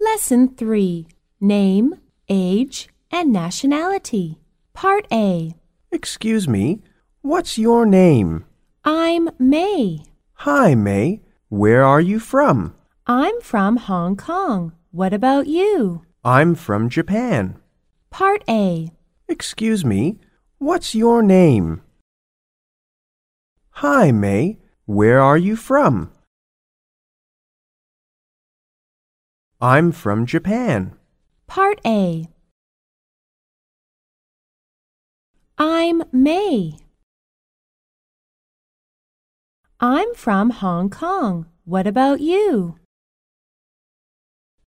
Lesson 3 Name, Age, and Nationality. Part A Excuse me, what's your name? I'm May. Hi, May. Where are you from? I'm from Hong Kong. What about you? I'm from Japan. Part A Excuse me, what's your name? Hi, May. Where are you from? I'm from Japan. Part A I'm May. I'm from Hong Kong. What about you?